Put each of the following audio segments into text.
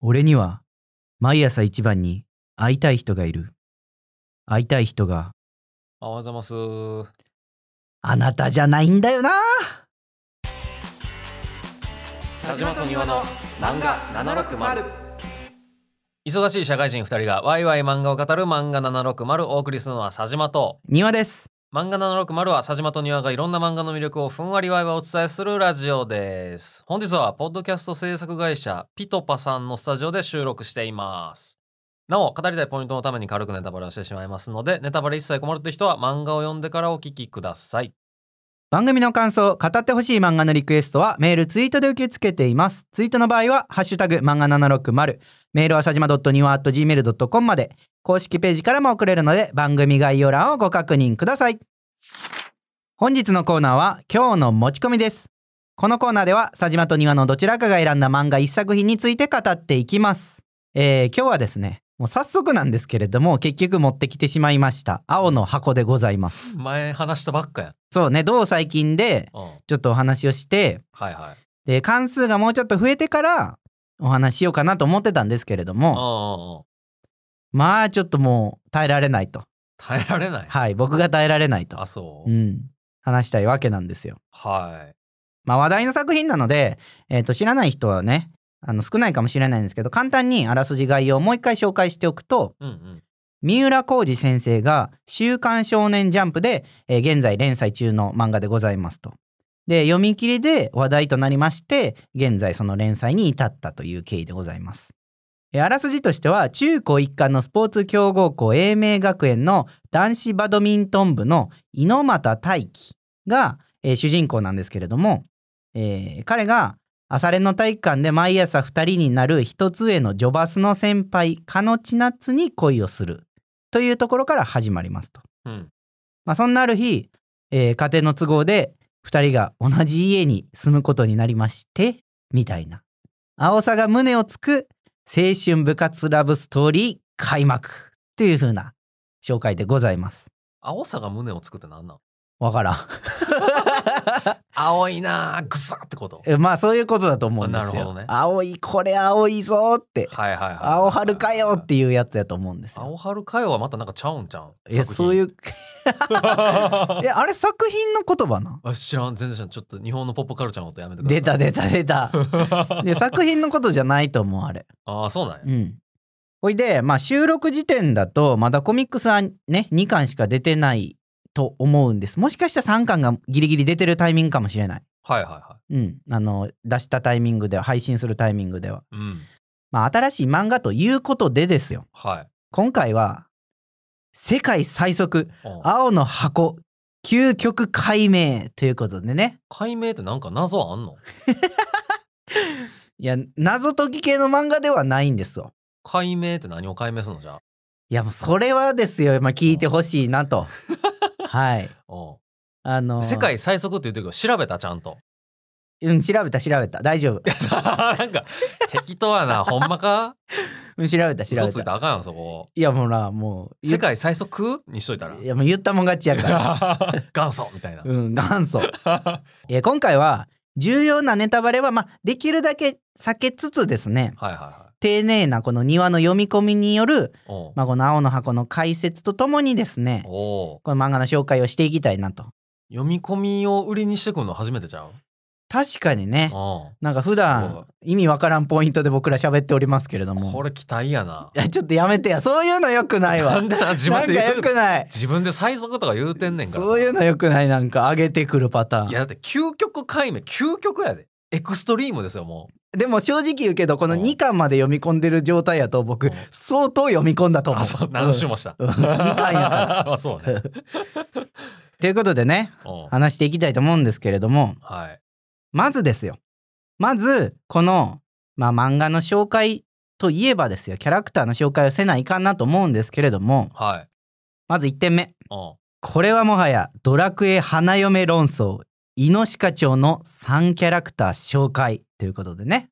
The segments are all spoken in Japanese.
俺には毎朝一番に会いたい人がいる。会いたい人がおはようございます。あなたじゃないんだよな。佐島と庭の漫画760忙しい社会人2人がワイワイ漫画を語る漫画760をお送りするのは佐島と庭です。漫画760は佐島と庭がいろんな漫画の魅力をふんわりワイワイお伝えするラジオです本日はポッドキャスト制作会社ピトパさんのスタジオで収録していますなお語りたいポイントのために軽くネタバレをしてしまいますのでネタバレ一切困るという人は漫画を読んでからお聞きください番組の感想、語ってほしい漫画のリクエストはメール、ツイートで受け付けています。ツイートの場合は、ハッシュタグ、漫画760、メールはさじま .niwa.gmail.com まで、公式ページからも送れるので、番組概要欄をご確認ください。本日のコーナーは、今日の持ち込みです。このコーナーでは、さじまと庭のどちらかが選んだ漫画一作品について語っていきます。えー、今日はですね、もう早速なんですけれども、結局持ってきてしまいました。青の箱でございます。前話したばっかやん、そうね、どう最近で、うん、はいちょっとお話をしてはいで関数がもうちょっと増えてからお話ししようかなと思ってたんですけれどうんもうんうんまあちょっともう耐えられないと耐えられないはい僕が耐えられないとあ、、そう。うん、話したいわけなんですよ。はい。まあ、話題の作品なので、えー、と知らない人はねあの少ないかもしれないんですけど簡単にあらすじ概要をもう一回紹介しておくとうんうん。三浦浩二先生が「週刊少年ジャンプで」えー現在連載中の漫画でございますと。で読み切りで話題となりまして現在その連載に至ったという経緯でございます。えーあらすじとしては中高一貫のスポーツ強豪校英明学園の男子バドミントン部の猪俣大輝が、えー主人公なんですけれども、えー彼が朝練の体育館で毎朝2人になる一つ上のジョバスの先輩カノチナッツに恋をするというところから始まりますと。うん。まあ、そんなある日、えー家庭の都合で2人が同じ家に住むことになりましてみたいな青さが胸をつく青春部活ラブストーリー開幕という風な紹介でございます。青さが胸をつくってなんなんわからん 青いなあぐさってこと。え。まあそういうことだと思うんですよ。なるほどね青いこれ青いぞーってはいはいはい。青春かよっていうやつやと思うんですよ。青春かよはまたなんかちゃうんちゃうん。。いやそういう うえあれ作品の言葉 なんあ知らん全然知らんちょっと日本のポップカルチャーのことやめてください出た出た出た。 で作品のことじゃないと思うあれ。ああそうなんや、うん。ほいで、まあ、収録時点だとまだコミックスはね2巻しか出てないと思うんです。もしかしたら3巻がギリギリ出てるタイミングかもしれない。はいはいはうん、あの出したタイミングでは配信するタイミングでは、いうんまあ、新しい漫画ということでですよはい今回は世界最速うん青の箱究極解明ということでね解明ってなんか謎あんのいや謎解き系の漫画ではないんですよ解明って何を解明するのじゃあいやもうそれはですよ、まあ、聞いてほしいな とはいうんあのー 世界最速って言ってるけど調べたちゃんと うん調べた調べた大丈夫なんか適当やなほんまかうん調べた調嘘べついたたらあかんよそこいやもうなもう言世界最速にしといたらいやもう言ったもん勝ちやから 元祖みたいな、うん元祖えー今回は重要なネタバレは、まあ、できるだけ避けつつですねはいはいは丁寧なこの庭の読み込みによる、いおうまあ、この青の箱の解説とともにですねおうこの漫画の紹介をしていきたいなと読み込みを売りにしてくるの初めてちゃう確かにねおなんか普すご段い意味わからんポイントで僕ら喋っておりますけれどうもこれ期待やないやちょっとやめてやそういうのよくないなわんでな 自な分んかで言うよくない自分で最速とか言うてんねんからさそういうのよくないなんか上げてくるパタいーンやだって究極解明究極やでエクストリームですよもでも正直言うけどこのうん2巻まで読み込んでる状態やとう僕ん相当読み込んだとう思うあそううん何周もした、うん二回やからあ そうねということでねおう話していきたいと思うんですけれどもはいまずですよまずこの、まあ、漫画の紹介といえばですよキャラクターの紹介をせないかんなと思うんですけれどもはいまず1点目おうこれはもはやドラクエ花嫁論争イノシカ町の3キャラクター紹介ということでね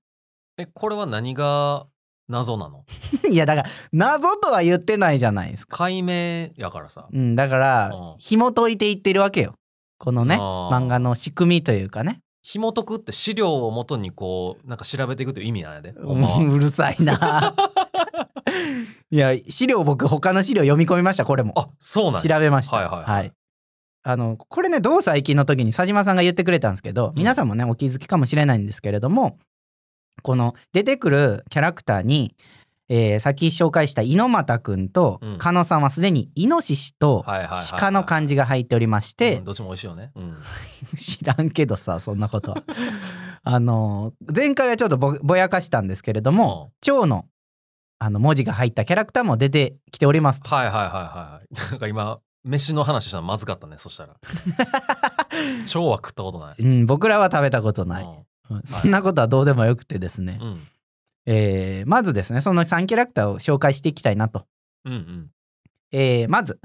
えこれは何が謎なの いやだから謎とは言ってないじゃないですか、解明やからさうん、だからうん紐解いていってるわけよこのねあー漫画の仕組みというかね紐解くって資料をもとにこうなんか調べていくという意味なんやでほんまは ううるさいな いや資料僕他の資料読み込みましたこれもあそうなんや調べましたはいはいはいあのこれねどう最近の時に佐島さんが言ってくれたんですけど、ん皆さんもねお気づきかもしれないんですけれどもこの出てくるキャラクターに、えー、先紹介した猪俣くんとうん狩野さんはすでにイノシシとはいはいはいはい鹿の漢字が入っておりまして、うんどっちも美味しいよね、うん、知らんけどさそんなことは あの前回はちょっとぼぼやかしたんですけれどもうん「蝶」のあの文字が入ったキャラクターも出てきておりますとはいはいはいはい はいなんか今飯の話したのまずかったねそし たら超は食ったことないうん、僕らは食べたことない、ううんそんなことはどうでもよくてですね、んうんえーまずですねその3キャラクターを紹介していきたいなと、うんうんえーまず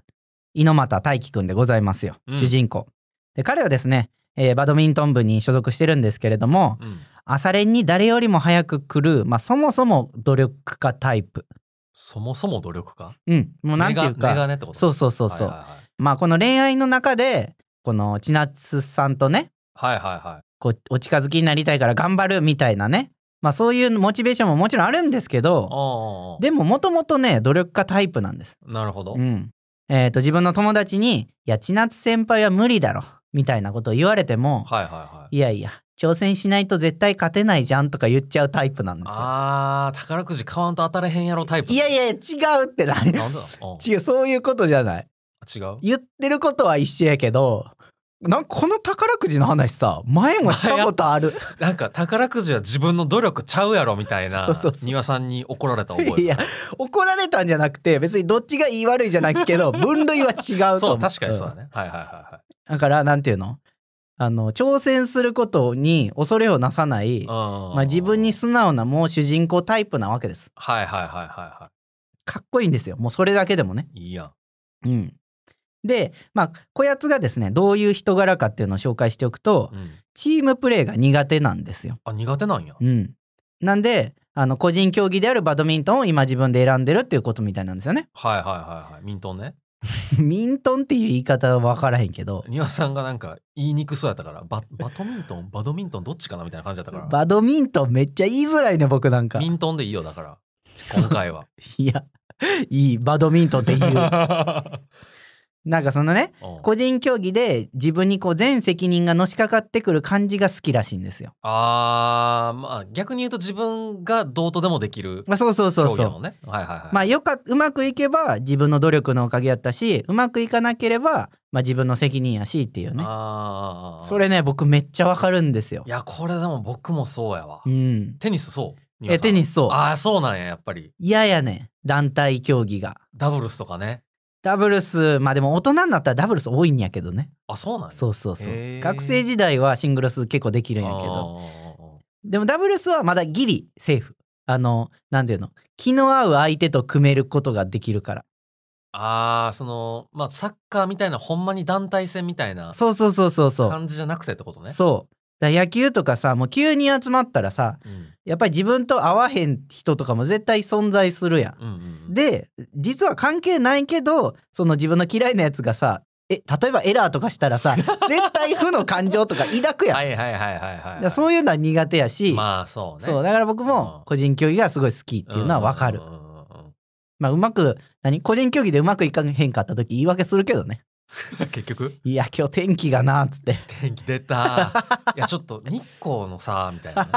猪俣大輝くんでございますよ、うん主人公で彼はですね、えーバドミントン部に所属してるんですけれどもうん朝練に誰よりも早く来る、まあ、そもそも努力家タイプそもそも努力家うんもうなんていうメガメガかネってことそううそうそうそう、まあこの恋愛の中でこの千夏さんとねはいはいはこうお近づきになりたいから頑張るみたいなねまあそういうモチベーションももちろんあるんですけいどはいででももともとね努力家タイプなんです。なるほど、うんえー、と自分の友達に「いや千夏先輩は無理だろ」みたいなことを言われてもはいはいは「いいやいや挑戦しないと絶対勝てないじゃん」とか言っちゃうタイプなんですよ。あー宝くじ買わんと当たれへんやろタイプいやいや違うってなになんでだ、うん違うそういうことじゃない。違う言ってることは一緒やけどなんかこの宝くじの話さ前もしたことあるなんか宝くじは自分の努力ちゃうやろみたいなそうそうそう丹羽さんに怒られた 覚えいや怒られたんじゃなくて別にどっちが言い悪いじゃないけ ど分類は違うと思うそう確かにそうだんね、はいはいはいはいだからなんていうのあの挑戦することに恐れをなさない、ままあ、自分にはい素直なもう主人公タイプなわけですはいはいはいはかっこいいんですよもうそれだけでもねいいいやんうんでまあこやつがですねどういう人柄かっていうのを紹介しておくとうんチームプレーが苦手なんですよあ苦手なんやうん、なんであの個人競技であるバドミントンを今自分で選んでるっていうことみたいなんですよね。はいはいはいはいミントンね ミントンっていう言い方は分からへんけど丹羽さんがなんか言いにくそうやったからババドミントンバドミントンどっちかなみたいな感じだったからバドミントンめっちゃ言いづらいね僕なんかミ。ントンでいいよだから今回はいやいいバドミントンって いう なんかそのねうん個人競技で自分にこう全責任がのしかかってくる感じが好きらしいんですよ。あーまあ逆に言うと自分がどうとでもできるまあ、そうそうそう競技そやうも。んねはいはいはいまあ、よかうまくいけば自分の努力のおかげやったしうまくいかなければ、まあ、自分の責任やしっていうねあーそれね僕めっちゃわかるんですよい。やこれでも僕もそうやわ、うん、テニスそうえテニススそうああそうなんややっぱり嫌やねん団体競技がダブルスとかねダブルスまあでも大人になったらダブルス多いんやけどねあそうなんやそうそうそうへー学生時代はシングルス結構できるんやけどどでもダブルスはまだギリセーフあのなんていうの気の合う相手と組めることができるからあーそのまあサッカーみたいなほんまに団体戦みたいなそうそうそうそうそう感じじゃなくてってことねそうだから野球とかさもう急に集まったらさうんやっぱり自分と合わへん人とかも絶対存在するやんうんうんで実は関係ないけどその自分の嫌いなやつがさえ例えばエラーとかしたら さ絶対負の感情とか抱くやん、はいはいはいはいはだいからそういうのは苦手やし、まあそうねそうだから僕うんも個人競技がすごい好きっていうのは分かる、うんうんうんうんまあうまく何個人競技でうまくいかへんかった時言い訳するけどねうん結局いや今日天気がなっつって 天気出たいやちょっと日光のさみた いなね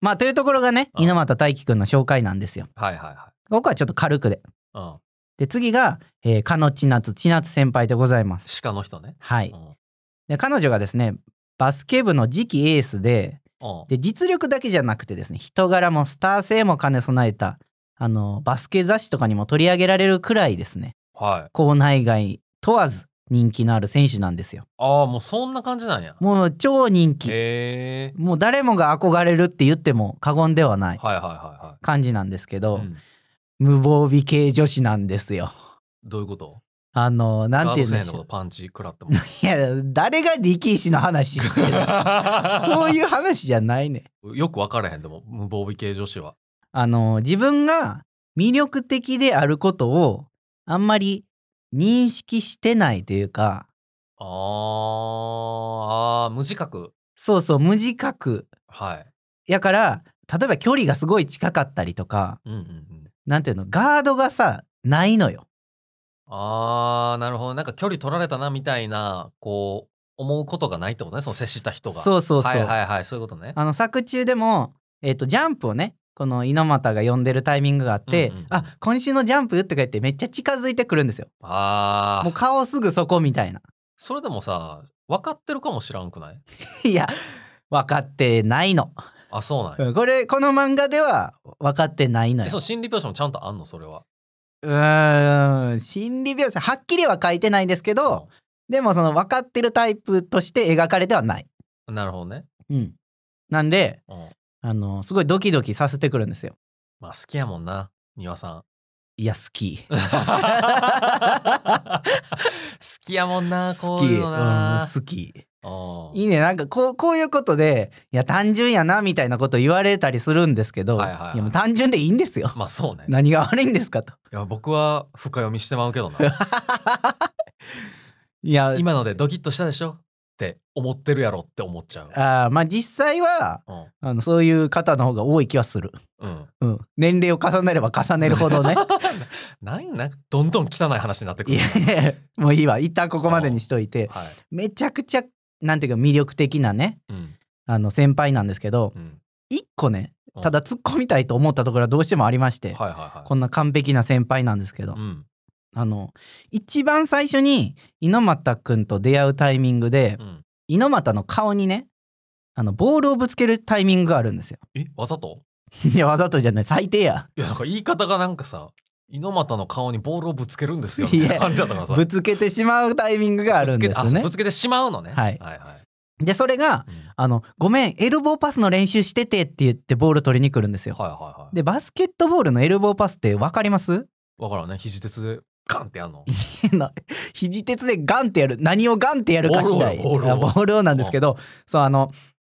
まあというところがねうん猪俣大輝くんの紹介なんですよはいはここはちょっと軽くでいはいうんで次が、えー、かの千夏千夏先輩でございます鹿の人ねはういんうんで彼女がですねバスケ部の次期エースでで実力だけじゃなくてですね人柄もスター性も兼ね備えたあのバスケ雑誌とかにも取り上げられるくらいですねはい校内外問わず人気のある選手なんですよああもうそんな感じなんやもう超人気、へえもう誰もが憧れるって言っても過言ではないはいはいは感じなんですけいど、はい、うん無防備系女子なんですよどういうことあのなんていうんガードせえへでんしのこょとうパンチ食 らってもいや誰が力士の話してる そういう話じゃないねよく分からへんでも無防備系女子はあの自分が魅力的であることをあんまり認識してないというかあーあー無自覚そうそう無自覚はい。やから例えば距離がすごい近かったりとかうんうんうん。なんていうのガードがさないのよあー、なるほど。なんか距離取られたなみたいな、こう、思うことがないってことね、その接した人が。うそうそうそう、はいはいはい、そういうことね。あの作中でも、えっとジャンプをねこの猪俣が呼んでるタイミングがあって「うんうんうんあ今週のジャンプ」って書いてめっちゃ近づいてくるんですよあもうー、顔すぐそこみたいな それでもさ、分かってるかもしらんくないいや分かってないのあ、そうなんや。これこの漫画では分かってないのえよその心理描写もちゃんとあんのそれは。うーん心理描写はっきりは書いてないんですけど、でもその分かってるタイプとして描かれてはない。うんなるほどね。うん、なんでうん。あのすごいドキドキさせてくるんですよ。まあ、好きやもんな、丹羽さ ん。 いや好き。好きやもんな、好こうき、いううん、のな。好きうんいいねなんかこうこういうことでいや単純やなみたいなこと言われたりするんですけど、はいはいはいやもう単純でいいんですよまあそうね。い何が悪いんですかとや僕は深読みしてまう けどな。いや今のでドキッとしたでしょって思ってるやろって思っちゃう。あーまあ実際はうん。あのそういう方の方が多い気はする、うん。うん、年齢を重ねれば重ねるほ どねなんなんかどんどん汚い話になってくいる。やいやいやもういいわ一旦ここまでにしといてはい。めちゃくちゃなんていうか魅力的なねうん。あの先輩なんですけどうん。一個ねうんただ突っ込みたいと思ったところはどうしてもありまして、はいはいはい。こんな完璧な先輩なんですけど、うん。あの一番最初に猪俣くんと出会うタイミングで、うん。猪俣の顔にねあのボールをぶつけるタイミングがあるんですよ。 え、わざといやわざとじゃない最低やいや、なんか言い方がなんかさ、猪俣の顔にボールをぶつけるんですよみたいな感じだったからさ。ぶつけてしまうタイミングがあるんですよぶつけあねぶ。つけてしまうのね。はいはいはい。でそれがうんあの「ごめんエルボーパスの練習してて」って言ってボール取りに来るんですよ。はいはいはい。でバスケットボールのエルボーパスって分かります わからんね。肘鉄でカンってやんの。な肘鉄でガンってやる何をガンってやるか次第ボールをあボールをボールをなんですけどそうあの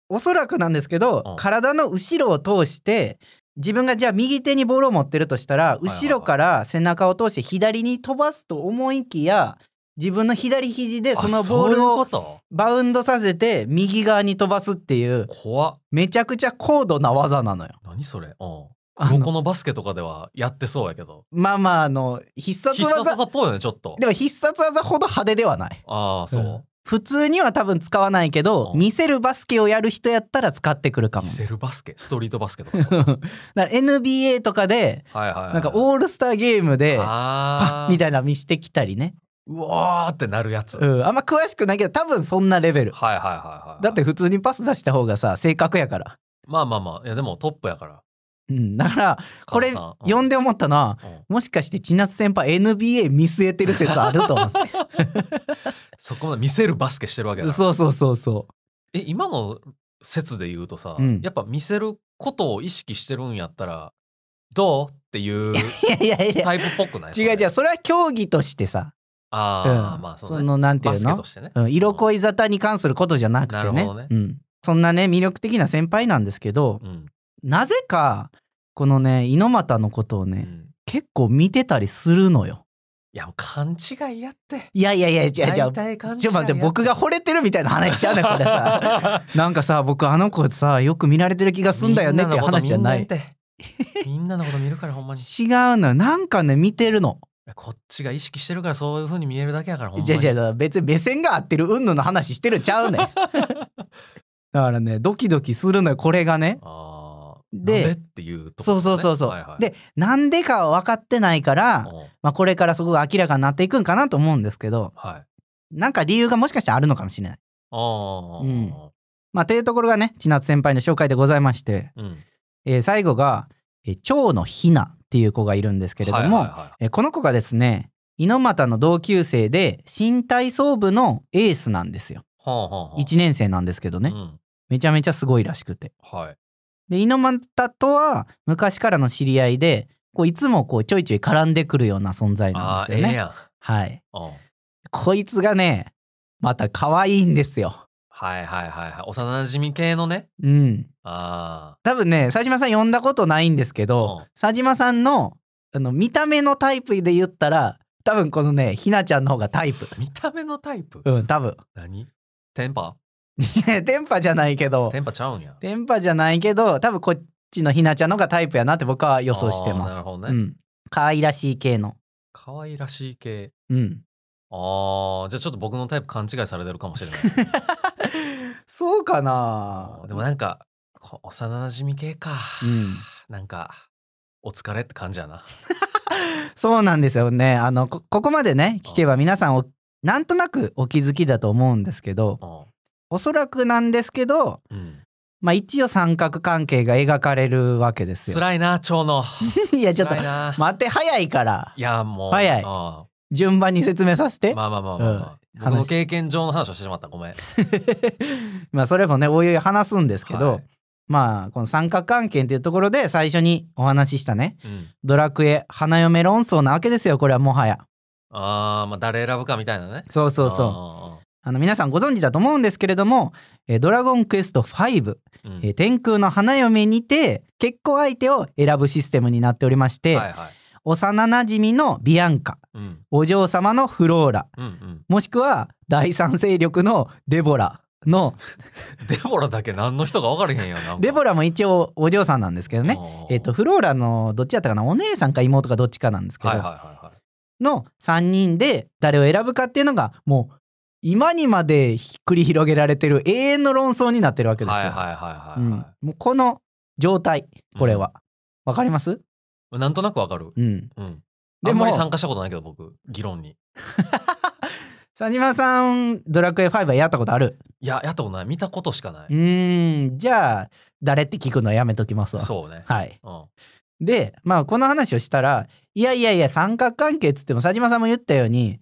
おそらくなんですけど、うん体の後ろを通して自分がじゃあ右手にボールを持ってるとしたらいはい後ろから背中を通して左に飛ばすと思いきや自分の左肘でそのボールあそういうこをとバウンドさせて右側に飛ばすっていう怖っ。めちゃくちゃ高度な技なのよ。何それうん。こあのこのバスケとかではやってそうやけど。まあまああの必殺必殺技技っぽいよね、ちょっと。でも必殺技ほど派手ではない。ああ、そう。普通には多分使わないけど、うん見せるバスケをやる人やったら使ってくるか見も。 せるバスケ、ストリートバスケとだか。から NBA とかではいはいはい。なんかオールスターゲームであパあ。ッみたいな見してきたりね、うわーってなるやつ。うはいん、あんま詳しくないけど多分そんなレベルはいはいはい。だって、普通にパス出した方がさ正確やから、まあまあまあ、いやでもトップやから。うん、だからこれカナさ読んで思ったのはうんうんもしかして千夏先輩 NBA 見据えてる説あると思 ってそこまで見せるバスケしてるわけだ。そうそうそうそえ、今の説で言うとさうん、やっぱ見せることを意識してるんやったら、どうっていうういやいやいやタイプっぽくないそ違れう違うそれは競技としてさ、ああ、うんまあそうそね。のなんていバうスケのとしてね。うん、色恋沙汰に関することじゃなくなてるねほどねうん、そんなね魅力的な先輩なんですけどうん。なぜかこのね猪俣のことをうね、ん結構見てたりするのよ。いや、もう勘違いやって。いやいやいやじゃあじゃあ大体勘違いやちょっと待って僕が惚れてるみたいな話しちゃうねこれ ささ。なんかさ僕あの子さよく見られてる気がすんだよねっていう話じゃない違う みんなのこと見るからほんまに。いのよなんかね見てるのやこっちが意識してるからそういう風に見えるだけやからほんまに。じゃあじゃあ別に目線が合ってる云々の話してるちゃうね んだからねドキドキするのよこれがねああ。でなんっていうとこそろうねそうそうそう、はいはいでなんでかは分かってないから、うんまあ、これからそこが明らかになっていくんかなと思うんですけどはい。なんか理由がもしかしたらあるのかもしれない。ああ。うんまあ、というところがね千夏先輩の紹介でございまして、うん。えー最後が、えー蝶野ひなっていう子がいるんですけれども、はいはいはえーこの子がですね猪俣の同級生で新体操部のエースなんですよ。い。はあはあはあ1年生なんですけどね、うんめちゃめちゃすごいらしくて。はい。で猪俣とは昔からの知り合いでこういつもこうちょいちょい絡んでくるような存在なんああですー、えよえね。やん。はい、うんこいつがね、また可愛いんですよ。はいはいはいはい。幼馴染み系のね。うん。あ多分ね、佐島さん呼んだことないんですけど、うん佐島さんのあの見た目のタイプで言ったら、多分このね、ひなちゃんの方がタイプあ。。見た目のタイプうん、多分。何テンパ電波じゃないけどテンパちゃうんや。電波じゃないけど多分こっちのひなちゃんのがタイプやなって僕は予想してあーますなるほどうね。ん、可愛らしい系の可愛らしい系。うんああ、じゃあちょっと僕のタイプ勘違いされてるかもしれないですね。 そうかなあーでもなんか、こう幼馴染み系か。うんなんか、お疲れって感じやな。そうなんですよねあのこここまでね聞けば皆さんおなんとなくお気づきだと思うんですけどうおそらくなんですけどんうん。まあ一応三角関係が描かれるわけですよ。辛いな、蝶野。 いやちょっと辛いな。待って早いからいや、もう。早いうんま順番に説明させてあまあまあまあまうんあ。僕の経験上の話をしてしまった。ごめん。 まあそれもねおいおい話すんですけど、はいまあこの三角関係っていうところで最初にお話ししたねうん。ドラクエ花嫁論争なわけですよこれはもはやああ、まあ誰選ぶかみたいなね。そうそうそううあの皆さんご存知だと思うんですけれども「えードラゴンクエスト5、んうんうん。うんえー天空の花嫁」にて結婚相手を選ぶシステムになっておりまして、はいはい。幼なじみのビアンカうんお嬢様のフローラうんうん。もしくは第三勢力のデボラのデボラだけ何の人か分からへんよな。デボララも一応お嬢さんなんですけどねえっと、フローラのどっちやったかなお姉さんか妹かどっちかなんですけど、はいはいはいはい。の3人で誰を選ぶかっていうのがもう今にまでひっくり広げられてる永遠の論争になってるわけですよ。はいはいはういんはもうこの状態これは、わかります、い。なんとなくわかる。うん、うん。でもあんまり参加したことないけど僕議論に。佐島さんドラクエ5はやったことあるいややったことない見たことしかなうい。ーんじゃあ誰って聞くのはやめときますわ。そうね。はい、うんでまあこの話をしたらいやいやいや三角関係っつっても佐島さんも言ったように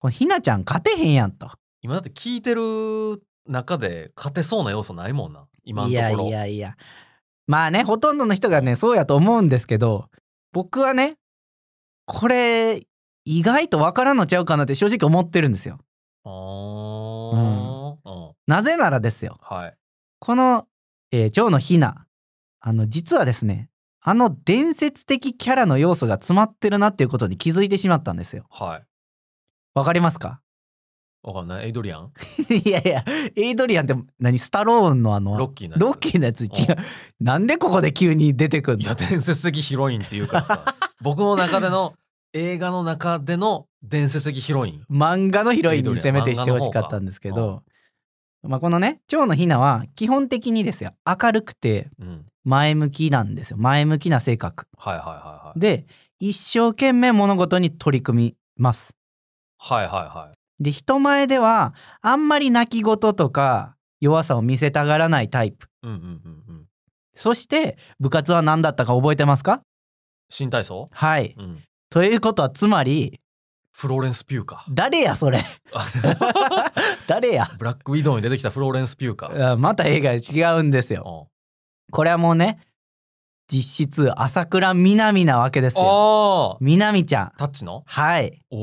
このひなちゃん勝てへんやんと。今だって聞いてる中で勝てそうな要素ないもんな。今のところ。いやいやいやまあねほとんどの人がねそうやと思うんですけど僕はねこれ意外とわからんのちゃうかなって正直思ってるんですよあーうん。なぜならですよはい。この、えー、蝶のヒナあの実はですねあの伝説的キャラの要素が詰まってるなっていうことに気づいてしまったんですよはい。わかりますか わかんない。エイドリアンいやいやエイドリアンって何スタローンのあのロッキーなやつロッキーのやつ違うなんでここで急に出てくんいのや伝説的ヒロインっていうから さ僕の中での映画の中での伝説的ヒロイン漫画のヒロインにせめてしてほしかったんですけど、まあ、このね蝶のひなは基本的にですよ明るくてうん前向きなんですよ前向きな性格はいはいはいはいで一生懸命物事に取り組みますはいはいはいで人前ではあんまり泣き言とか弱さを見せたがらないタイプうんうんうんうんそして部活は何だったか覚えてますか新体操はいうんということはつまりフローレンス・ピューカ誰やそれ 誰やブラックウィドウに出てきたフローレンス・ピューカあまた映画で違うんですようんこれはもうね実質朝倉みなみなわけですよあーみなみちゃんタッチのはいお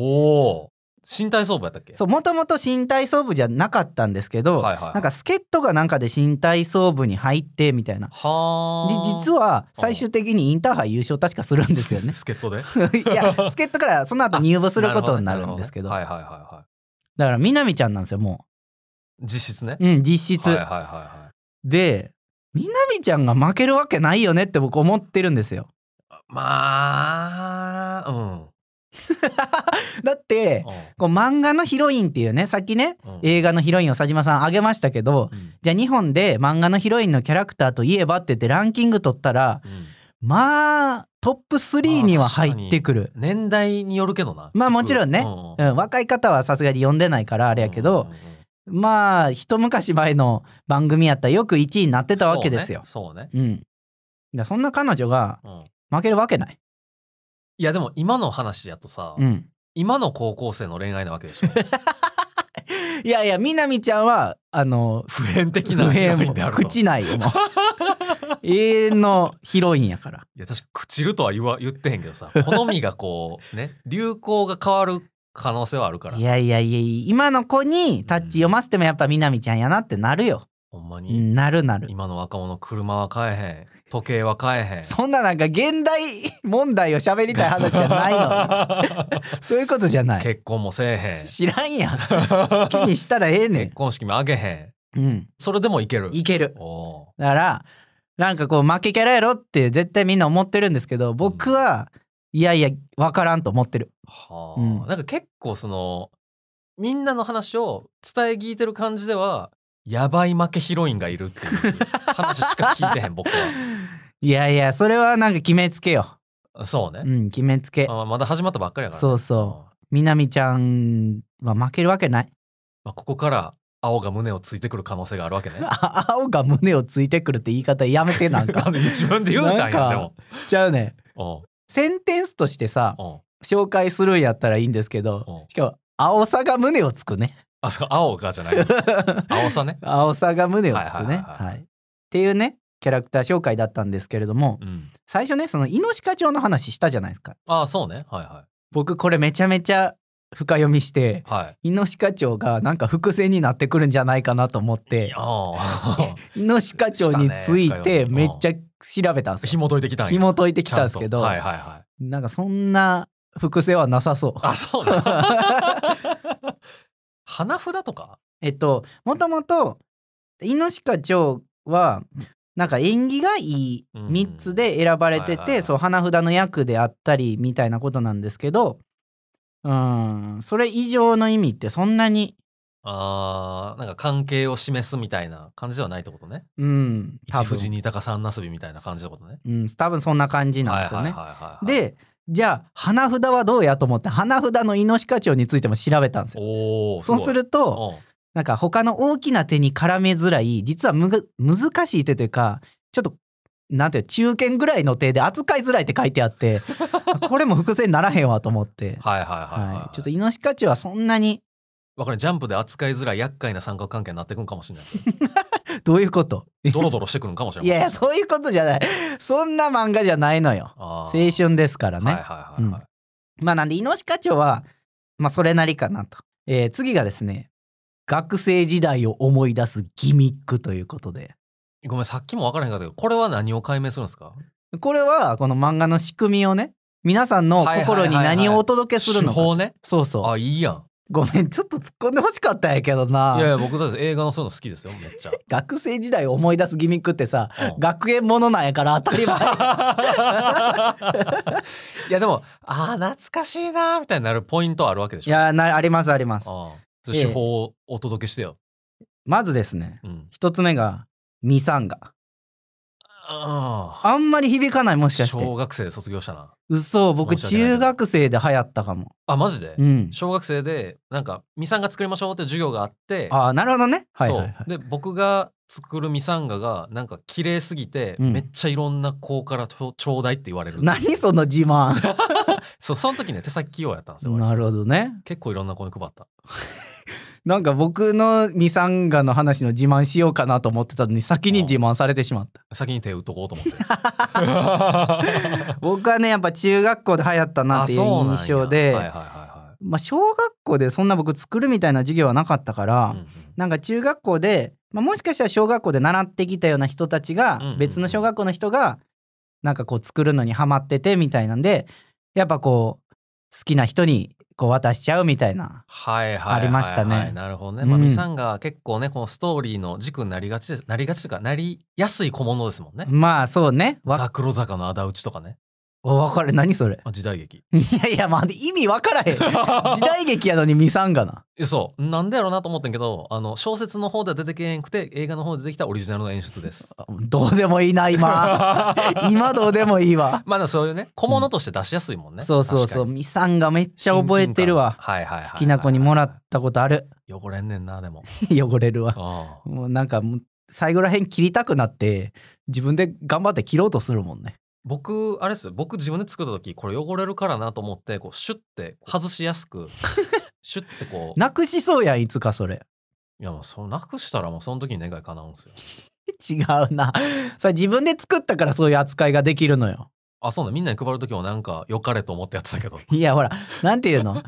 お新体操部やったっけそうもともと新体操部じゃなかったんですけど、はいはいはいなんか助っ人がなんかで新体操部に入ってみたいなはであ実は最終的にインターハイ優勝確かするんですよね 助っ人でいや助っ人からその後入部することになるんですけどなるほねはいはいはいはだからみなみちゃんなんですよもい実質ねううん実質、はいはいはいはいでみなみちゃんが負けるわけないよねって僕思ってるんですよまあうんだってこう漫画のヒロインっていうねさっきねうんうん映画のヒロインを佐島さん挙げましたけどうんじゃあ日本で漫画のヒロインのキャラクターといえばって言ってランキング取ったらうんまあトップ3には入ってくる、年代によるけどなまあもちろんねう、うん若い方はさすがに読んでないからあれやけど、まあ一昔前の番組やったらよく1位になって出たわけですよ。そうねうんだからそんな彼女がそうねうん負けるわけない。いやでも今の話やとさ、うん、今の高校生の恋愛なわけで しょいやいやみなみちゃんはあの普遍的不な恋平も愛であると朽ちない よもう永遠のヒロインやから。いや確か朽ちるとは言わ言ってへんけどさ好みがこうね流行が変わる可能性はあるからいやいやいや今の子にタッチ読ませてもやっぱみなみちゃんやなってなるよ、ほんまうに、ん、なるなる今の若者車は買えへん時計は買えへんそんななんか現代問題を喋りたい話じゃない のそういうことじゃない結婚もせえへん知らんやん好きにしたらええねん結婚式もあげへうんん、それでもいけるいけるおーだからなんかこう負けキャラやろって絶対みんな思ってるんですけど僕はいやいや分からんと思ってるはあ、うんなんか結構そのみんなの話を伝え聞いてる感じではやばい負けヒロインがいるっていう話しか聞いてへん 僕いやいやそれはなんか決めつけよはそうねう、ん決めつけまあまだ始まったばっかりやからね、そうそううんみなみちゃんは負けるわけない まあ、ここから青が胸をついてくる可能性があるわけねあ青が胸をついてくるって言い方やめてなんなか んで自分で言うたんなやんでかもちゃうねうんセンテンスとしてさうん紹介するんやったらいいんですけどうんしかも青さが胸をつくねあそう青がじ ゃない青さね青さが胸をつくねはいはいはいはいはいっていうねキャラクター紹介だったんですけれどもうん最初ねその猪鹿町の話したじゃないですかああそうねはいは僕これめちゃめちゃ深読みしていはい猪鹿町がなんか伏線になってくるんじゃないかなと思ってあ猪鹿町についてめっちゃ調べたんであすよ 紐解いてきたんや紐解いてききたんですけどはいはいはいなんかそんな複製はなさそう。あそうだ 花札とかえっともともと猪鹿町はなんか縁起がいいうん3つで選ばれてはいはいはていそう花札の役であったりみたいなことなんですけどうーんそれ以上の意味ってそんなにあーなんか関係を示すみたいな感じではないってことねうん多一富士分二鷹三なすびみたいな感じってことねうん多分そんな感じなんですよね。はいはいはいはいはい、でじゃあ花札はどうやと思って花札の猪鹿町についても調べたんですよ。おおそうすると、なんか他の大きな手に絡めづらい実はむが難しい手というかちょっとなんていう中堅ぐらいの手で扱いづらいって書いてあって これも伏線にならへんわと思って、はいはいはいはい、はい、ちょっとイノシカチはそんなに わかるジャンプで扱いづらい厄介な三角関係になってくるかもしれないですよどういうことドロドロしてくるんかもしれ ないいやいやそういうことじゃないそんな漫画じゃないのよ青青春ですからね、はいはいはいはい、まあなんでイノシカチはまあそれなりかなと、えー次がですね学生時代を思い出すギミックということでごめんさっきも分からへんかったけどこれは何を解明するんですかこれはこの漫画の仕組みをね皆さんの心にはいはいはいはい何をお届けする手のか、法ねそうそあいいやんうごめんちょっと突っ込んでほしかったんやけどないやいや僕だって映画のそういうの好きですよめっちゃ、学生時代を思い出すギミックってさうん学園ものなんやから当たり 前 いやでもあー懐かしいなーみたいになるポイントはあるわけでしいょやなありますありますあー手法をお届けしてよ、まずですねうん、一つ目がミサンガああんまり響かないもーしかして小学生で卒業したな嘘僕申し訳ない中学生で流行ったかもあマジで、うん小学生でなんかミサンガ作りましょうっていう授業があってああなるほどねはいはいはいそうで僕が作るミサンガがなんか綺麗すぎて、うんめっちゃいろんな子からちょちょうだいって言われる何その自慢 そうその時ね手先器用やったんですよ俺なるほどね結構いろんな子に配ったなんか僕のミサンガの話の自慢しようかなと思ってたのに先に自慢されてしまった先に手打っとこう と思って僕はねやっぱ中学校で流行ったなっていう印象で、あそうなんやはいはいはまあ、小学校でそんな僕作るみたいな授業はなかったから、いはいうんうんなんか中学校で、まあ、もしかしたら小学校で習ってきたような人たちが、うんうんうん別の小学校の人がなんかこう作るのにハマっててみたいなんでやっぱこう好きな人にこう渡しちゃうみたいなはいはいはいはいありましたねなるほどね、まあ、うんミサンガは結構ねこのストーリーの軸になりがちですなりがちというかなりやすい小物ですもんねまあそうねわザクロ坂の仇討ちと かね分かる何それ あ時代劇いやいやまあ意味分からへん時代劇やのにミサンガな。 えそうなんでやろうなと思ったんやけどあの小説の方では出てけへんくて映画の方で出てきたオリジナルの演 出ですどうでもいいな 今。今どうでもいいわ。 まあでもそういうね小物として出しやすいもんね、 そうそうそう確かにミサンガめっちゃ覚えてるわ。親近感はいはいはいはい好きな子にもらったことある。汚れんねんなでも汚れるわ。あもうなんかもう最後らへん切りたくなって自分で頑張って切ろうとするもんね。僕あれですよ僕自分で作った時これ汚れるからなと思ってこうシュッて外しやす くシュッてこうなくしそうやんいつかそれ。いやもうそうなくしたらもうその時に願い叶うんですよ違うな。それ自分で作ったからそういう扱いができるのよ。あそうだみんなに配る時もなんか良かれと思ってやってたけどいやほらなんていうの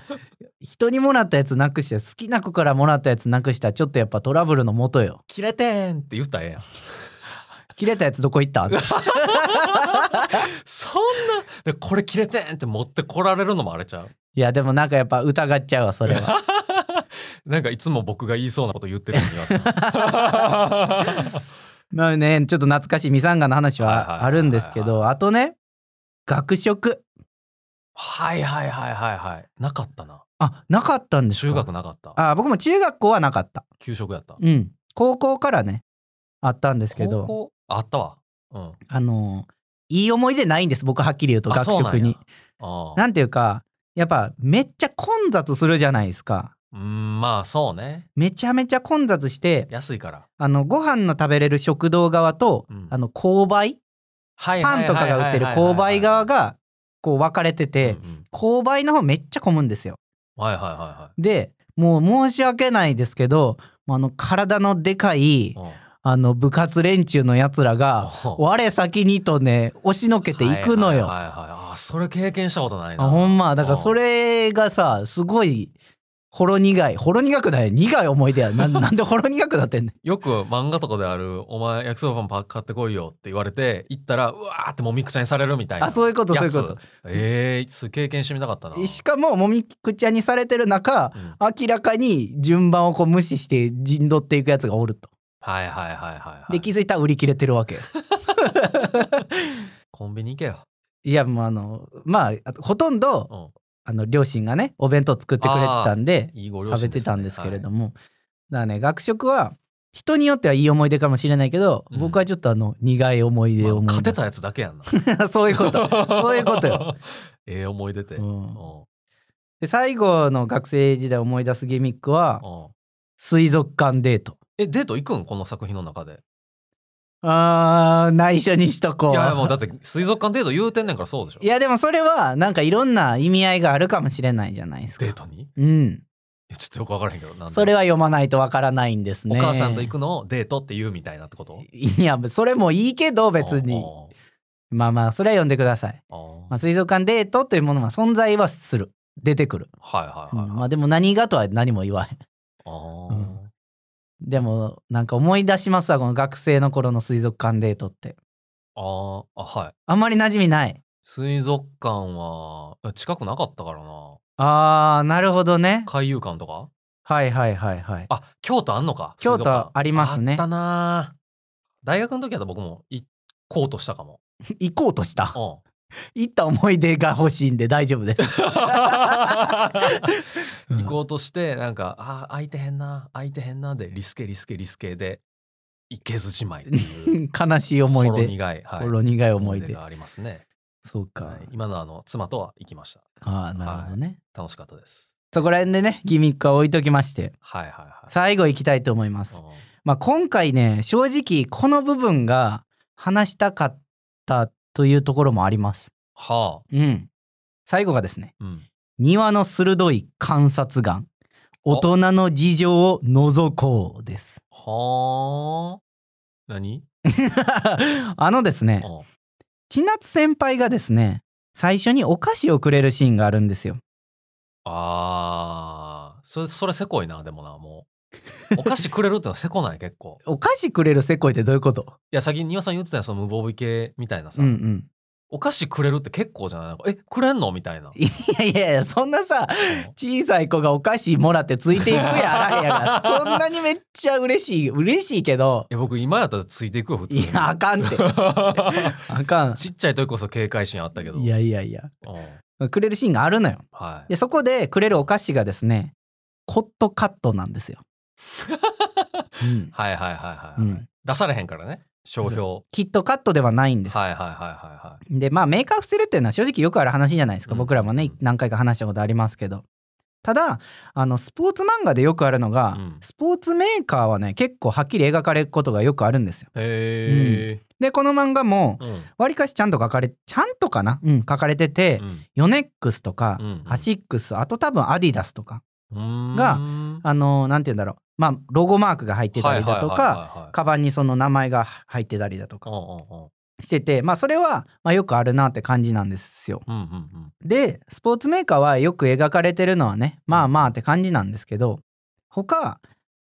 人にもらったやつなくして好きな子からもらったやつなくしたらちょっとやっぱトラブルのもとよ。 切れてんって言ったらええやん切れたやつどこ行ったん そんなでこれ切れてんって持ってこられるのもあれちゃう。いやでもなんかやっぱ疑っちゃうわそれは なんかいつも僕が言いそうなこと言ってるように言わせ なまあねちょっと懐かしいミサンガの話はいはいはいはいはあるんですけどあとね学食はいはいはいはいはい。なかったな。あなかったんですか中学なかった。あ僕も中学校はなかった給食やった。うん高校からねあったんですけ高ど校あったわ。うん。あのいい思い出ないんです僕はっきり言うとあ学そうなん食やにああなんていうかやっぱめっちゃ混雑するじゃないですかうん、まあそうね。めちゃめちゃ混雑して安いから。あのご飯の食べれる食堂側と、うんあの購買はいパンとかが売ってる購買側がこう分かれてうんうて、ん購買の方めっちゃ混むんですよ。はいはいはでもう申し訳ないですけどあの体のでかいいはい。うんあの部活連中のやつらが「おう我先に」とね押しのけていくのよ。はいはいはいはいあそれ経験したことないな。あほんまだからうんそれがさすごいほろ苦いほろ苦くない苦い思い出や ななんでほろ苦くなってんねん。よく漫画とかである「お前焼きそばパン買ってこいよ」って言われて行ったらうわーってもみくちゃにされるみたいなあそういうことそういうこやとつ。えー、そう経験してみたかったな、しかももみくちゃにされてる中うん明らかに順番をこう無視して陣取っていくやつがおると。はいはいはいはい、はい、で気づいたら売り切れてるわけよ。コンビニ行けよいやもうあのまああとほとんど、うんあの両親がねお弁当作ってくれてたんでいいご両食親べてたんですけれども、も、だからね学食は人によってはいい思い出かもしれないけど、うん僕はちょっとあの苦い思いはい出をまあ思い出勝すてたやつだけやんな そういうこと。 そういうことよええ思い出て、ううんんうんで最後の学生時代思い出すギミックは水族館デート。えデート行くんこの作品の中であー内緒にしとこう。いやいやもうだって水族館デート言うてんねんからそうでしょいやでもそれはなんかいろんな意味合いがあるかもしれないじゃないですか。デートにうん。えちょっとよく分からへんけどなんでそれは読まないとわからないんですおね。母さんと行くのをデートって言うみたいなってこといやそれもいいけど別に。まあまあそれは読んでください。あーあーまあ、水族館デートというものは存在はする。出てくる。はいはういんはい、まあでも何がとは何も言わへん。 あーうんでもなんか思い出しますわこの学生の頃の水族館デートって。あーあはいあんまり馴染みない。水族館は近くなかったからなあーなるほどね。海遊館とかはいはいはいはい。あ京都あんのか京都水族館ありますねあったな大学の時は僕も行こうとしたかも、行こうとした。 う行った思い出が欲しいんで大丈夫です。ん 行うんこうとしてなんかあー空いてへんな空いてへんなでリスケリスケリスケで行けずじまいっていう悲しい 思いほろ出苦い、はい、ほろ苦い思い思い出出がありますね、そうか、はい今のあの妻とは行きましたああなるほどね、楽しかったですそこら辺でねギミックは置いときましてはいはいはい最後いきたいと思います、うんまあ今回ね正直この部分が話したかったというところもありますはうん最後がですねあ、うん、庭の鋭い観察眼大人の事情を覗こうです はあ何、あのですねうん千夏先輩がですね最初にお菓子をくれるシーンがあるんですよあーそれそれせこいなでもなもうお菓子くれるってのはせこない結構お菓子くれるせこいってどういうこといや先に庭さん言ってたやんその無防備系みたいなさ、うんうんお菓子くれるって結構じゃないなんかえくれんのみたいないやいやいやそんなさ 小さい子がお菓子もらってついていくやらへんやからそんなにめっちゃ嬉しい嬉しいけ どえ僕今やったらついていくよ普通いにやあかんってあかん ちっちゃい時こそ警戒心あったけどいやいやいやうんくれるシーンがあるのよはいでそこでくれるお菓子がですねコットカットなんですよ、うん、はいはいはいはい、はういん出されへんからね商標はキットカットではないんいです、はいはいはいはいでまあメーカー伏せるっていうのは正直よくある話じゃないですか、うん僕らもね何回か話したことありますけどただあのスポーツ漫画でよくあるのが、うんスポーツメーカーはね結構はっきり描かれることがよくあるんですよへえ、でこの漫画もうんわりかしちゃんと書かれちゃんとかな、うん、書かれてて、ヨネックスとか、うんアシックスあと多分アディダスとかうん、がうんあのなんて言うんだろうまあロゴマークが入ってたりだとか、はいはいはいはいカバンにその名前が入ってたりだとかうんしててまあそれは、まあ、よくあるなって感じなんですよ。うんうんうんうんでスポーツメーカーはよく描かれてるのはねまあまあって感じなんですけど他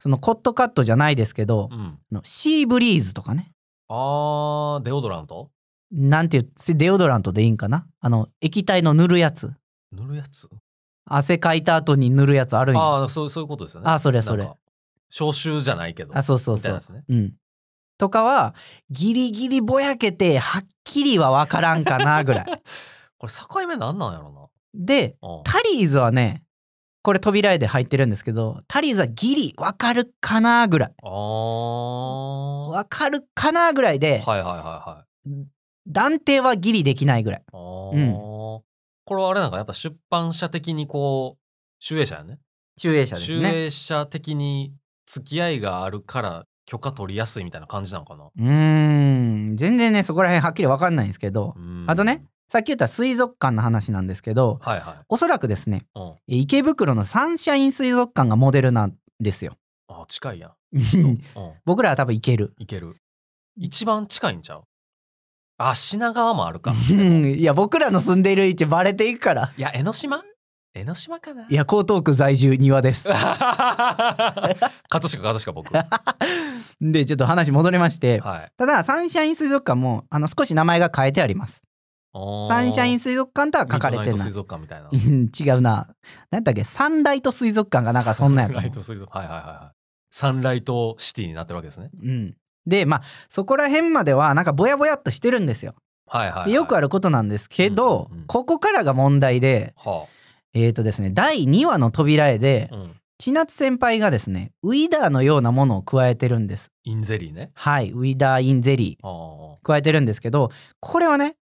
そのコットカットじゃないですけどう、んあのシーブリーズとかねあーデオドラントなんていうデオドラントでいいんかなあの液体の塗るやつ塗るやつ汗かいた後に塗るやつあるんやああ、そうそういうことですよね。あそれそれなんか。消臭じゃないけど。あそうそうみたいそうなで、すうね。ん、とかはギリギリぼやけてはっきりは分からんかなぐら いこれ境目なんなんやろでうな。うんタリーズはねこれ扉絵で入ってるんですけどタリーズはギリ分かるかなぐらいああ。は分かるかなぐらいいではいはいはい。断定はギリできないぐらいあーこれはあれなんかやっぱ出版社的にこう、集英社やね。集英社です集ね英社的に付き合いがあるから許可取りやすいみたいな感じなのかな。うーん全然ねそこら辺はっきり分かんないんですけどうんあとね。さっき言った水族館の話なんですけどはいはい。おそらくですねうん、え池袋のサンシャイン水族館がモデルなんですよ。あ 近いやん。うん、僕らは多分行ける。いける。一番近いんちゃうあ、品川もあるか。うんいや僕らの住んでいる位置バレていく から。いや、江ノ島江ノ島かないや江東区在住庭です。 葛飾、葛飾、 僕。はでちょっと話戻りまして。い。ただサンシャイン水族館もあの少し名前が変えてあります。サンシャインス水族館とは書かれてない水。族館みたい な。うん違うな。何だっけサンライト水族館がなんかそんなんやったサンライもんト水族館。 はいはいはいはい。サンライトシティになってるわけですね。うん。でまあそこら辺まではなんかぼやぼやっとしてるんですよ。はいはい、はい。でよくある。ることなんですけど、うんうんうんここからが問題ではえーとですね第2話の扉絵であ。うん。千夏先輩がですねウィダーのようなものを加えてるんですインゼリーね。はいウィダーインゼリああ。ー加えてるんですけどこれはね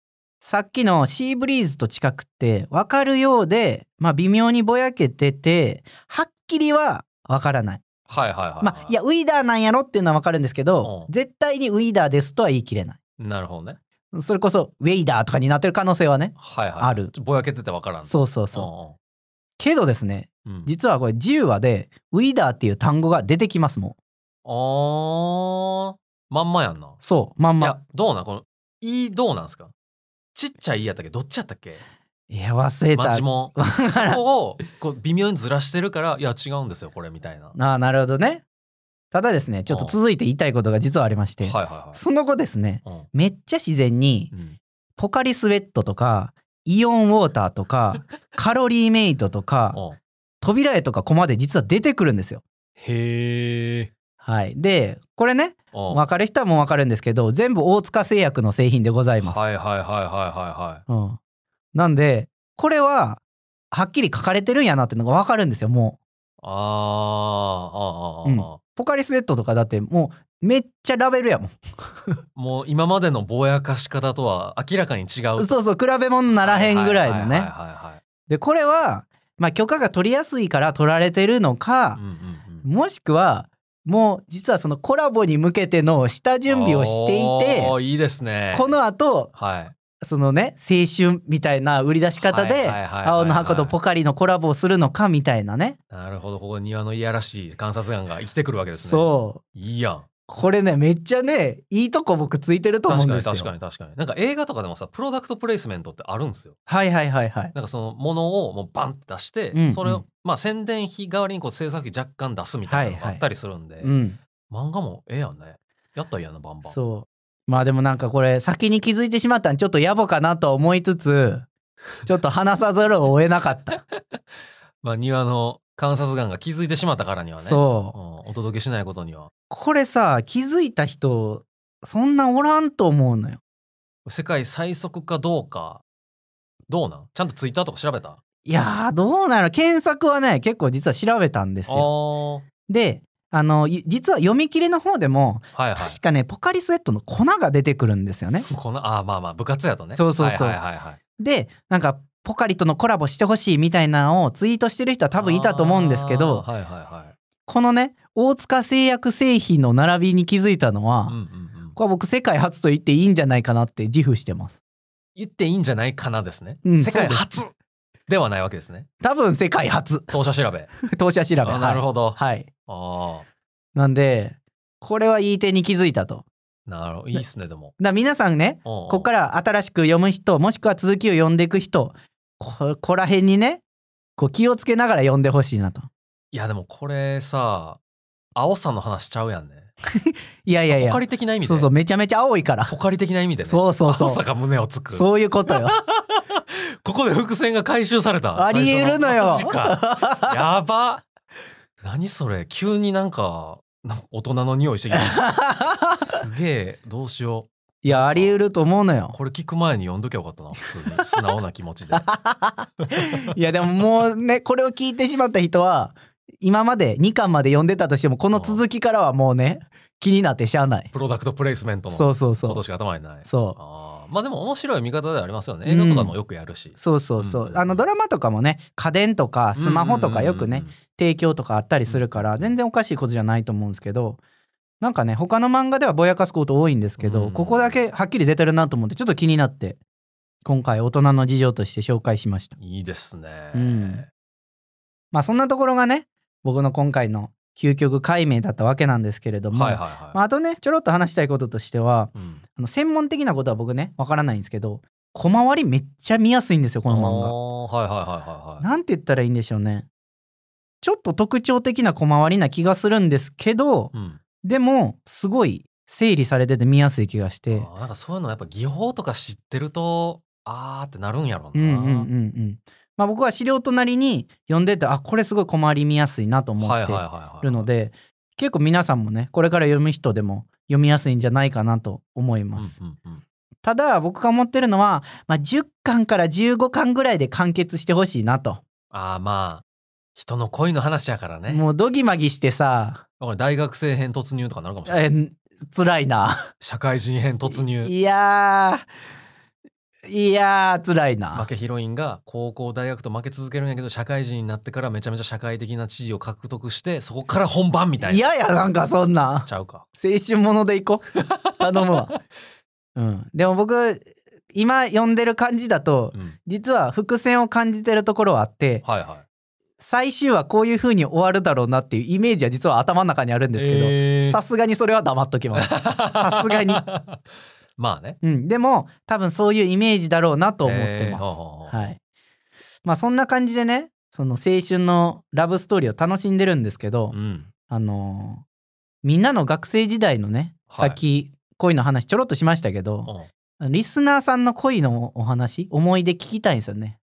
さっきのシーブリーズと近くって分かるようでまあ微妙にぼやけててはっきりは分からないはいはいはいはい。まあいやウィダーなんやろっていうのは分かるんですけどうん絶対にウィダーですとは言い切れないなるほどね。それこそウェイダーとかになってる可能性はねはいはい。あるちょぼやけててわからん。そうそうそうけどですねうんうん。うん。実はこれ10話でウィダーっていう単語が出てきますもんああ。まんまやんな。そうまんいまや、どうなんこの、いいどうなんすかちっちゃいいやったっけどっちやったっけいや忘れたマジもん。わそからんこをこう微妙にずらしてるから、いや、違うんですよ、これみたいな。はいああなるほどねただですねちょっと続いて言いたいことが実はありまして、はいはその後ですねい。うんめっちゃ自然にうんポカリスウェットとかイオンウォーターとか カロリーメイトとかうん扉絵とかコマで実は出てくるんですよ。へえ。はい、でこれねうん分かる人はもう分かるんですけど全部大塚製薬の製品でございます。はいはいはいはいはうん、なんでこれははっきり書かれてるんやなっていうのが分かるんですよもう。い。あーあー、あーあーポカリスエットとかだってもうめっちゃラベルやもん。もう今までのぼやかし方とは明らかに違う。そうそう比べ物ならへんぐらいのははね。はいはいはいでこれはまあ許可が取りやすいから取られてるのかうん、うんうんもしくはもう実はそのコラボに向けての下準備をしていおてーいいですね。この後はい。そのね青春みたいな売り出し方はいではいはいはいはい青の箱とポカリのコラボをするのかみたいなね。なるほど、ここ庭のいやらしい観察眼が生きてくるわけですね。そうう。いいやん。これねめっちゃねいいとこ僕ついてると思う確んかでにすよ。確かに確かに。なんか映画とかでもさ、プロダクトプレイスメントってあるんですよ。はいはいはいはい。なんかそのものをもうバンって出して、うんうんそれを、まあ宣伝費代わりにこう制作費若干出すみたいなのがあったりするんで、うん。漫画もええやんね。やったらいいやんな、バンバン。そうまあでもなんかこれ先に気づいてしまったんちょっと野暮かなとは思いつ つちょっと話さざるを得なかった、まあ庭の観察眼が気づいてしまったからにはね。そううんお届けしないことには。これさ気づいた人そんなおらんと思うのよ世界最速かどうか、どうなんちゃんとツイッターとか調べたあいやーどうなの検索はね結構実は調べたんですあよー、であのい実は読み切りの方でもはいはい。確かねポカリスエットの粉が出てくるんですよねこのあーまあまあ部活やとねそうそうそうはいはいはい、はい、でなんかポカリとのコラボしてほしいみたいなのをツイートしてる人は多分いたと思うんですけどあーはいはいこのね大塚製薬製品の並びに気づいたのは、はい、うんうんうん、これは僕世界初と言っていいんじゃないかなって自負してます言っていいんじゃないかなですね、うん世界そう初ではないわけですね多分世界初 当社調べ当社調べあなるどほど、はい、はいあなんでこれはいい点に気づいたとだかあなるほどいいっすねでもら皆さんねこここから新しく読む人もしくは続きを読んでいく人ここら辺にねこう気をつけながら読んでほしいなといやでもこれさ青さんの話ちゃうやんねいやいやいポやカリ的な意味でそうそうめちゃめちゃ青い からポカリ的な意味でねそうそう そう青さが胸をつくそういうこと よここで伏線が回収されたありえるのよ最初マジかやば何それ急になんかなんか大人の匂いして きたすげえどうしよいやあり得ると思うのうよこれ聞く前に読んどきゃよかったな普通に素直な気 持ちでいやでももうねこれを聞いてしまった人は今まで2巻まで読んでたとしてもこの続きからはもうね気になってしゃあないプロダクトプレイスメントのそこうそうそとうしか頭にないそうあーまあでも面白い見方ではありますよね映画とかもよくやるし、そうそうそう、うんうんうんあのドラマとかもね家電とかスマホとかよくね、提供とかあったりするから全然おかしいことじゃないと思うんですけどなんかね他の漫画ではぼやかすこと多いんですけど、うんここだけはっきり出てるなと思ってちょっと気になって今回大人の事情として紹介しましたいいですね、うんまあそんなところがね僕の今回の究極解明だったわけなんですけれども、はいはいはい、まあ、あとねちょろっと話したいこととしてはうんあの専門的なことは僕ねわからないんですけど小回りめっちゃ見やすいんですよこの漫画。あーはいはいはいはいはいなんて言ったらいいんでしょうねちょっと特徴的な小回りな気がするんですけど、うんでもすごい整理されてて見やすい気がしてあーなんかそういうのやっぱ技法とか知ってるとあーってなるんやろううな、んうんうんうんまあ僕は資料となりに読んでてあこれすごい小回り見やすいなと思はっいはいてはいはいるので結構皆さんもねこれから読む人でも読みやすいんじゃないかなと思います、うんうんうんただ僕が思ってるのは、まあ、10巻から15巻ぐらいで完結してほしいなと、あーまあ人の恋の話やからねもうドギマギしてさだから大学生編突入とかなるかもしれないえー辛いな社会人編突入いやーいやー辛いな負けヒロインが高校大学と負け続けるんやけど社会人になってからめちゃめちゃ社会的な地位を獲得してそこから本番みたいな嫌ややなんかそんなんちゃうか青春ものでいこう 頼むわ、うん、でも僕今読んでる感じだとうん実は伏線を感じてるところはあってはいはい最終はこういう風に終わるだろうなっていうイメージは実は頭の中にあるんですけえどーさすがにそれは黙っときます、さすがに まあねうん、でも多分そういうイメージだろうなと思ってます、えーほうほうほうはい。まあそんな感じでね、その青春のラブストーリーを楽しんでるんですけど、うんあのーみんなの学生時代のね、はいさっき恋の話ちょろっとしましたけど、うんリスナーさんの恋のお話、思い出聞きたいんですよね。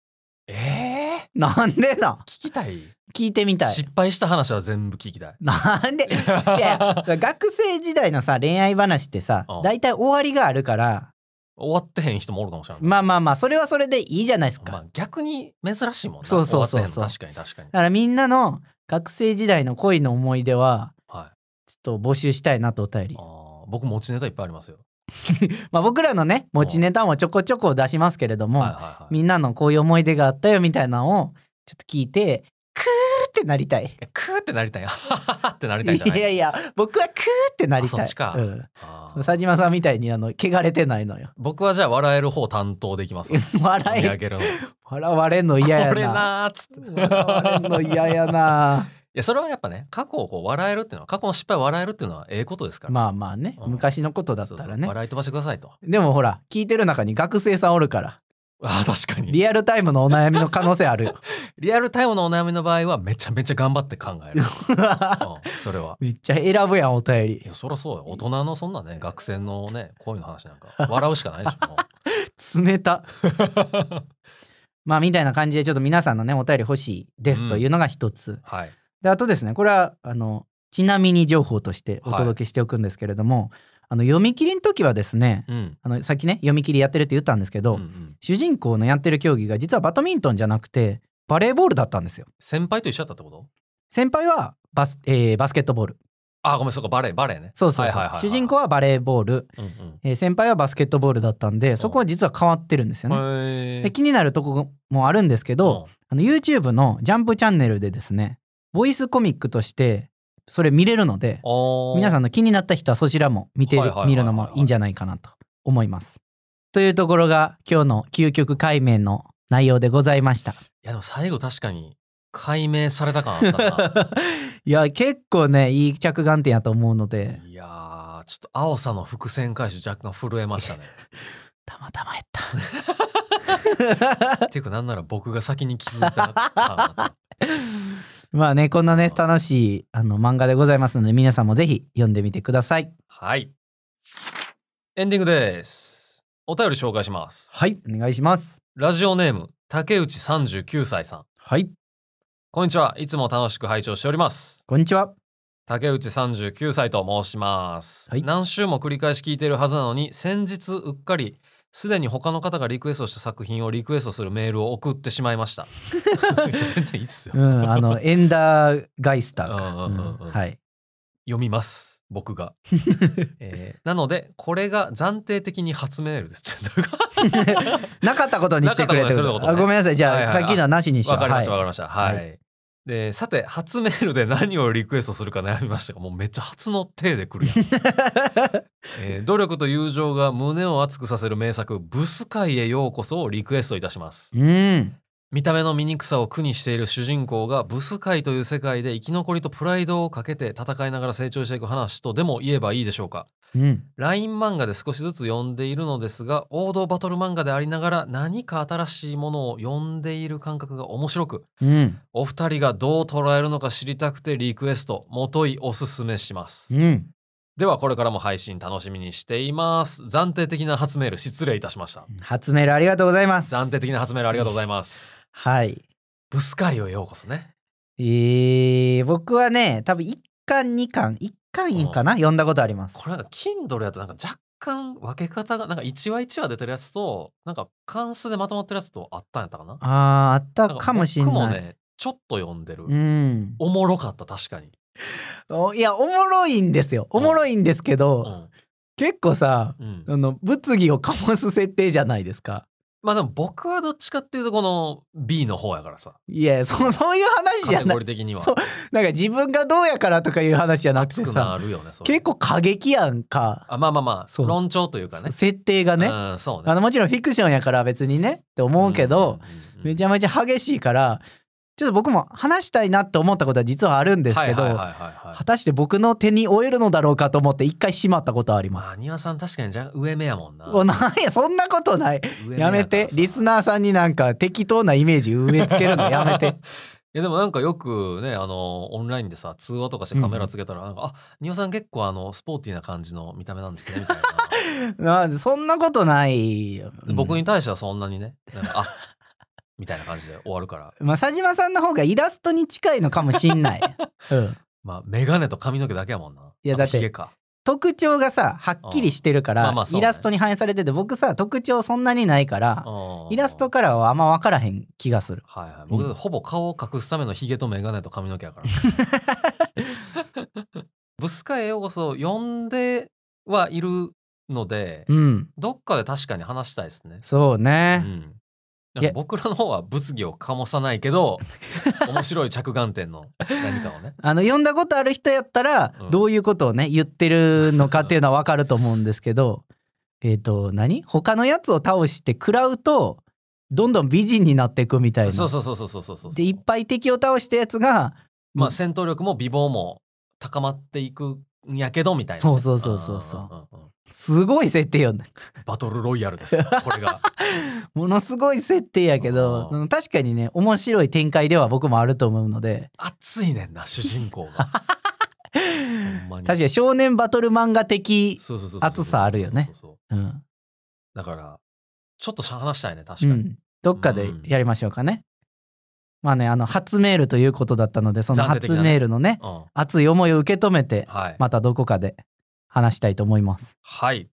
ええーなんでな聞きたい聞いてみたい。失敗した話は全部聞きたい。なんでいやいや学生時代のさ恋愛話ってさうん大体終わりがあるから 終わってへん人もおるかもしれない。まあまあまあそれはそれでいいじゃないですかまあ、逆に珍しいもんな。そうそうそうそう終わってへんの確かに確かにだ。からみんなの学生時代の恋の思い出ははい。ちょっと募集したいなとお便りあ。ー僕持ちネタいっぱいありますよ。まあ僕らのね、持ちネタもちょこちょこ出しますけれどはいはも、いはい。みんなのこういう思い出があったよみたいなのをちょっと聞いて、クーってなりたい。えクーってなりたい。はははってなりいたいんじゃない。やいや、僕はクーってなりたい。あそっちかうん。あー佐島さんみたいにあの汚れてないのよ。僕はじゃあ笑える方担当できますよ。見上 笑げるの。え、笑われんの 嫌やこれな。なーっつって。笑われんの嫌やな。いやそれはやっぱね過去をこう笑えるっていうのは過去の失敗を笑えるっていうのはええことですから。 まあまあね、うん昔のことだったそうそらうね。笑い飛ばしてくださ いと。でもほら、聞いてる中に学生さんおるから、あー確かに。リアルタイムのお悩みの可能性ある よ。リアルタイムのお悩みの場合はめちゃめちゃ頑張って考 える。うんそれは。めっちゃ選ぶやん、お便りい。やそりゃそうよ大人のそんなね学生のね恋の話な んか笑うしかないでしょも冷た。う まあみたいな感じでちょっと皆さんのねお便り欲しいですというのが一つ、はいであとですねこれはあのちなみに情報としてお届けしておくんですけれども、あの読み切りの時はですねうんあのさっきね読み切りやってるって言ったんですけど、うんうん主人公のやってる競技が実はバドミントンじゃなくてバレーボールだったんですよ先輩と一緒だったってこと先輩はバス,、えーバスケットボールあごめんそうかバレーバレーねそうそうそう、はいはいはいはい主人公はバレーボール、うんうんえー先輩はバスケットボールだったんでそこは実は変わってるんですよね、へーで気になるとこもあるんですけど、あの YouTube のジャンプチャンネルでですね、ボイスコミックとしてそれ見れるので、うん皆さんんの気になった人はそちらも見てるはいはいはいはい見るのもいいんじゃないかなと思います。というところが今日の究極解明の内容でございました。いやでも最後確かに解明された感あ ったいや結構ねいい着眼点やと思うのなでいやーちょっと青さの伏線回収若干震えました ねたまたまやった。っていうかなんなら僕が先に気づいた感あったまあね、こんなね、楽しいあの漫画でございますので、皆さんもぜひ読んでみてください。はい。エンディングです。お便り紹介します。はい、お願いします。ラジオネーム、竹内39歳さん。はい、こんにちは。いつも楽しく拝聴しております。こんにちは。竹内39歳と申します、はい何週も繰り返し聞いているはずなのに、先日うっかり、すでに他の方がリクエストした作品をリクエストするメールを送ってしまいま した。全然いいですよ。うん、あ の、エンダーガイスターか。うんうんうんううんんはい。 読みます僕が、えーなのでこれが暫定的に初メールですちょっとなかったことにしてくれなかてったことにするるってことねあごめんなさい。じゃあ、はいはいはいさっきのはなしにしよう。わかりましたわはいかりましたはい、はでさて初メールで何をリクエストするか悩みましたがもうめっちゃ初の手で来るやん、 えー努力と友情が胸を熱くさせる名作「ブス界へようこそ」をリクエストいたしますうん。見た目の醜さを苦にしている主人公がブス界という世界で生き残りとプライドをかけて戦いながら成長していく話とでも言えばいいでしょうかうん。ライン漫画で少しずつ読んでいるのですが王道バトル漫画でありながら何か新しいものを読んでいる感覚が面白くうん。お二人がどう捉えるのか知りたくてリクエストもといおすすめしますうん。ではこれからも配信楽しみにしています暫定的な初メール失礼いたしました初メールありがとうございます。暫定的な初メールありがとうございますはい。ブス界をようこそねえー、僕はね、多分1巻、2巻、1巻いいかな読んだことあります。これなんか Kindle やとなんか若干分け方がなんか1話1話出てるやつとなんか関数でまとまってるやつとあったんやったかなあー、あったなんかもしんない。僕もねちょっと読んでる、うん、おもろかった確かに、おいやおもろいんですよおもろいんですけど、うん結構さうんあの物議を醸す設定じゃないですかまあでも僕はどっちかっていうとこの B の方やからさいやそ そういう話じカゃテなゴいリー的にはそうなんか自分がどうやからとかいう話じゃなく熱てくさなるよねそれ結構過激やんか、あまあまあまあそう論調というかね設定がね、うんそうねあのもちろんフィクションやから別にねって思うけど、、めちゃゃめちゃ激しいからちょっと僕も話したいなって思ったことは実はあるんですけど、はいはいはいはいは果たして僕の手に負えるのだろうかと思って一回閉まったことはありいますま。あ丹羽さん確かにじゃ上目やもんなおなんやそんなことない上目やめてリスナーさんになんか適当なイメージ植え付け るのやめていやでもなんかよくねあのオンラインでさ通話とかしてカメラつけたらなんか、あ丹羽さん結構あのスポーティーな感じの見た目なんですね みたいななそんなことないよ、で僕に対してはそんなにね、なんかあみたいな感じで終わるから、まあ佐島さんの方がイラストに近いのかもしん ない、うん、まあ、メガネと髪の毛だけやもんな。いやだってあと髭か。特徴がさはっきりしてるから、うんまあまあそうねイラストに反映されてて僕さ特徴そんなにないからうんイラストからはあんま分からへん気がするはいはい。僕、うんほぼ顔を隠すためのヒゲとメガネと髪の毛やから。 ブスカイようこそ呼んではいるので、うんどっかで確かに話したいですね。そううね、ん。なんいかや僕らの方は物議を醸さない けど面白い着眼点の何かをねあの読んだことある人やったら、うんどういうことをね言ってるのかっていうのは分かると思うんですけ どえっと何他のやつを倒して食らうとどんどん美人になっていくみたいな。そうそうそうそうそうそうそうでいっぱい敵を倒したやつがまうあ、ん戦闘力も美貌も高まっていくんやけどみたいなね、そうそうそうそうそうんんんうんすごい設定よね バトルロイヤルですこれがものすごい設定やけどうんうん確かにね面白い展開では僕もあると思うので熱いねんな主人公がほんまに確かに少年バトル漫画的、そうそうそうそう熱さあるよねそうそうそううんだからちょっと話したいね確うかに、ん、どっかでやりましょうかね。まあねあの初メールということだったのでその暫定的初なねメールのねうん熱い思いを受け止めてはい、またどこかで話したいと思います。はい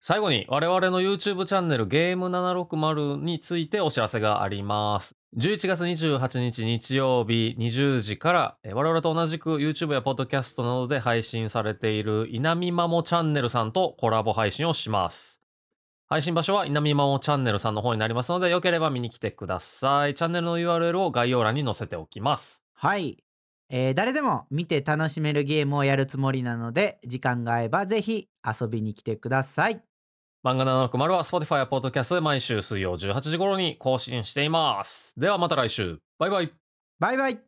最後に我々の YouTube チャンネルゲーム760についてお知らせがあります。11月28日日曜日20時からえー我々と同じく YouTube や Podcast などで配信されている稲見まもチャンネルさんとコラボ配信をします。配信場所は稲見まもチャンネルさんの方になりますのでよければ見に来てください。チャンネルの URL を概要欄に載せておきます。はい、えー誰でも見て楽しめるゲームをやるつもりなので時間が合えばぜひ遊びに来てください。漫画760は Spotify や Podcast で毎週水曜18時頃に更新しています。ではまた来週。バイバイ。バイバイ